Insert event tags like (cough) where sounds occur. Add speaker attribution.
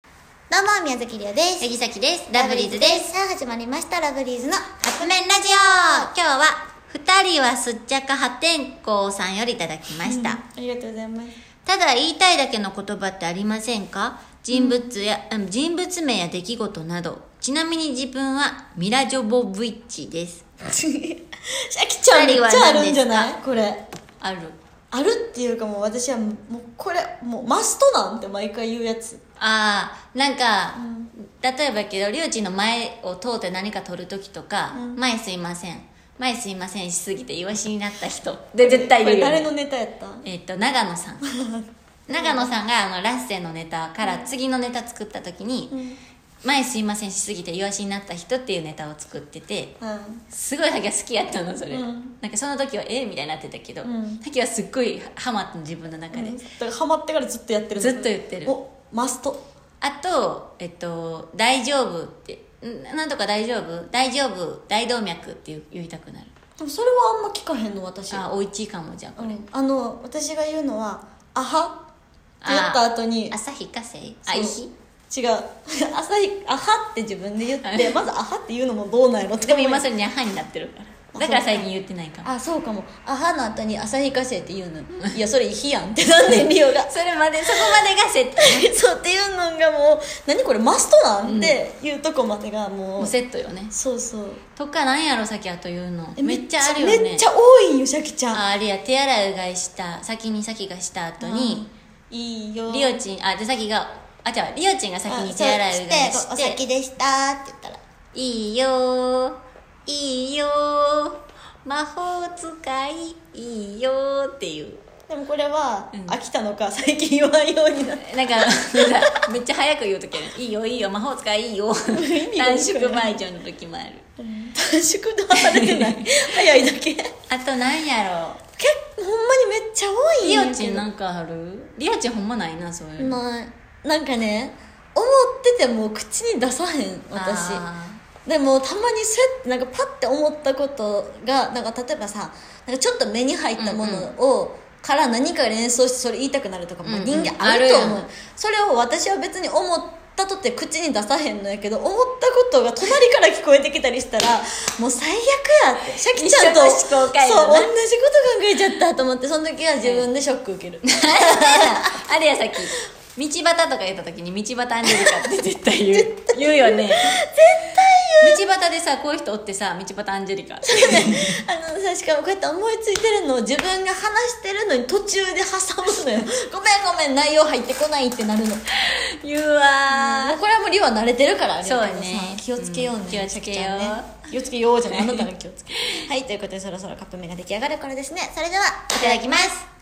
Speaker 1: どうも、宮崎りおです。
Speaker 2: 柳崎です。ラブリーズです。
Speaker 1: さあ、始まりました、ラブリーズの。
Speaker 2: カップ麺ラジオ今日は、二人はすっちゃか破天荒さんよりいただきました。
Speaker 1: ありがとうございます。
Speaker 2: ただ言いたいだけの言葉ってありませんか人物や、うん人物名や出来事など。ちなみに自分はミラジョボブイッチです。
Speaker 1: (laughs) シャキちゃんめっちゃあるんじゃないこれ。
Speaker 2: ある。
Speaker 1: あるっていうかもう私はもうこれ、もうマストなんて毎回言うやつ。
Speaker 2: ああ、なんか、例えばやけど、りゅうちの前を通って何か撮るときとか、前すいません。前すいませんしすぎてイワシになった人。で、絶対
Speaker 1: こ
Speaker 2: 言う
Speaker 1: れ
Speaker 2: よね
Speaker 1: 誰のネタやった
Speaker 2: えっと長野
Speaker 1: (laughs)
Speaker 2: さん長野さんがあのラッセンのネタから次のネタ作った時に「前すいませんしすぎて弱しになった人」っていうネタを作ってて
Speaker 1: うん。
Speaker 2: すごいハキは好きやったのそれ、
Speaker 1: うん
Speaker 2: なんかその時は「えみたいになってたけど、
Speaker 1: ん
Speaker 2: ハキはすっごいハマって自分の中で、
Speaker 1: だからハマってからずっとやってる
Speaker 2: ずっと言ってる
Speaker 1: お、マスト。
Speaker 2: あと「えっと大丈夫」って「んなんとか大丈夫大丈夫大動脈」って言う言いたくなる
Speaker 1: でもそれはあんま聞かへんの、私。
Speaker 2: あおいちいかもじゃんこれ、
Speaker 1: うんあの、私が言うのは、あはって言った後に、
Speaker 2: 朝日かせいあいひ
Speaker 1: 違う (laughs) 朝日あはって自分で言ってまずあはって言うのもどうなんやろって
Speaker 2: でも
Speaker 1: 思
Speaker 2: 今
Speaker 1: い
Speaker 2: それに「は」になってるからだから最近言ってないかも
Speaker 1: あそうかもあはの後に朝日火星って言うのいやそれ火やんってなんでリオが
Speaker 2: それまでそこまでがセット
Speaker 1: (laughs) そうっていうのがもう何これマストなんっていうとこまでがも
Speaker 2: も
Speaker 1: う
Speaker 2: うセットよね
Speaker 1: そうそう
Speaker 2: とかなんやろさっきあというの
Speaker 1: え
Speaker 2: めっちゃあるよね
Speaker 1: めっちゃ多いんよシャキちゃん
Speaker 2: ああれや手洗いうがいした先に先がした後に
Speaker 1: いいよ
Speaker 2: リオチンあで先があじゃあリオチンが先に手洗いうがいして
Speaker 1: でしたって言ったら
Speaker 2: いいよーいいよー魔法使いいいよーっていう
Speaker 1: でもこれは
Speaker 2: うん
Speaker 1: 飽きたのか最近言わんようになって
Speaker 2: なんか (laughs) めっちゃ早く言う時あるいいよいいよ魔法使いいい (laughs) よ
Speaker 1: 味が
Speaker 2: 短縮バージョンの時もある
Speaker 1: 短縮で離れてない (laughs) 早いだけ
Speaker 2: あとなんやろ
Speaker 1: けほんまにめっちゃ多いん
Speaker 2: リ
Speaker 1: やけ
Speaker 2: オ
Speaker 1: ど
Speaker 2: チンなんかあるリオチンほんまないなそういうの
Speaker 1: ないなんかね思ってても口に出さへん私
Speaker 2: あ
Speaker 1: でもたまにそうやってなんかパッて思ったことがなんか例えばさなんかちょっと目に入ったものを、から何か連想してそれ言いたくなるとか、まあ
Speaker 2: うんうん
Speaker 1: 人間あると思う、
Speaker 2: あるよ
Speaker 1: それを私は別に思ったとって口に出さへんのやけど思ったことが隣から聞こえてきたりしたらもう最悪やってシャキちゃんと
Speaker 2: 一緒の思考回路
Speaker 1: そう
Speaker 2: な
Speaker 1: 同じこと考えちゃったと思ってその時は自分でショック受ける
Speaker 2: (laughs) ーあれやさっき道端とか言った時に道端アンジェリカって絶対言う言うよね絶対言う道端でさこういう人おってさ道端アンジェリカ (laughs)
Speaker 1: あのさしかもこうやって思いついてるのを自分が話してるのに途中で挟む
Speaker 2: (laughs)
Speaker 1: のよごめんごめん内容入ってこないってなるのもう
Speaker 2: 言うわ
Speaker 1: これはもうリは慣れてるからあれやけど
Speaker 2: そう
Speaker 1: さ
Speaker 2: ね
Speaker 1: 気をつけようね、
Speaker 2: うん気をつけ
Speaker 1: シャキ
Speaker 2: よう
Speaker 1: ちゃんね気をつけようじゃないあなたが気をつけはいということでそろそろカップ麺が出来上がる頃ですねそれではい
Speaker 2: いただきます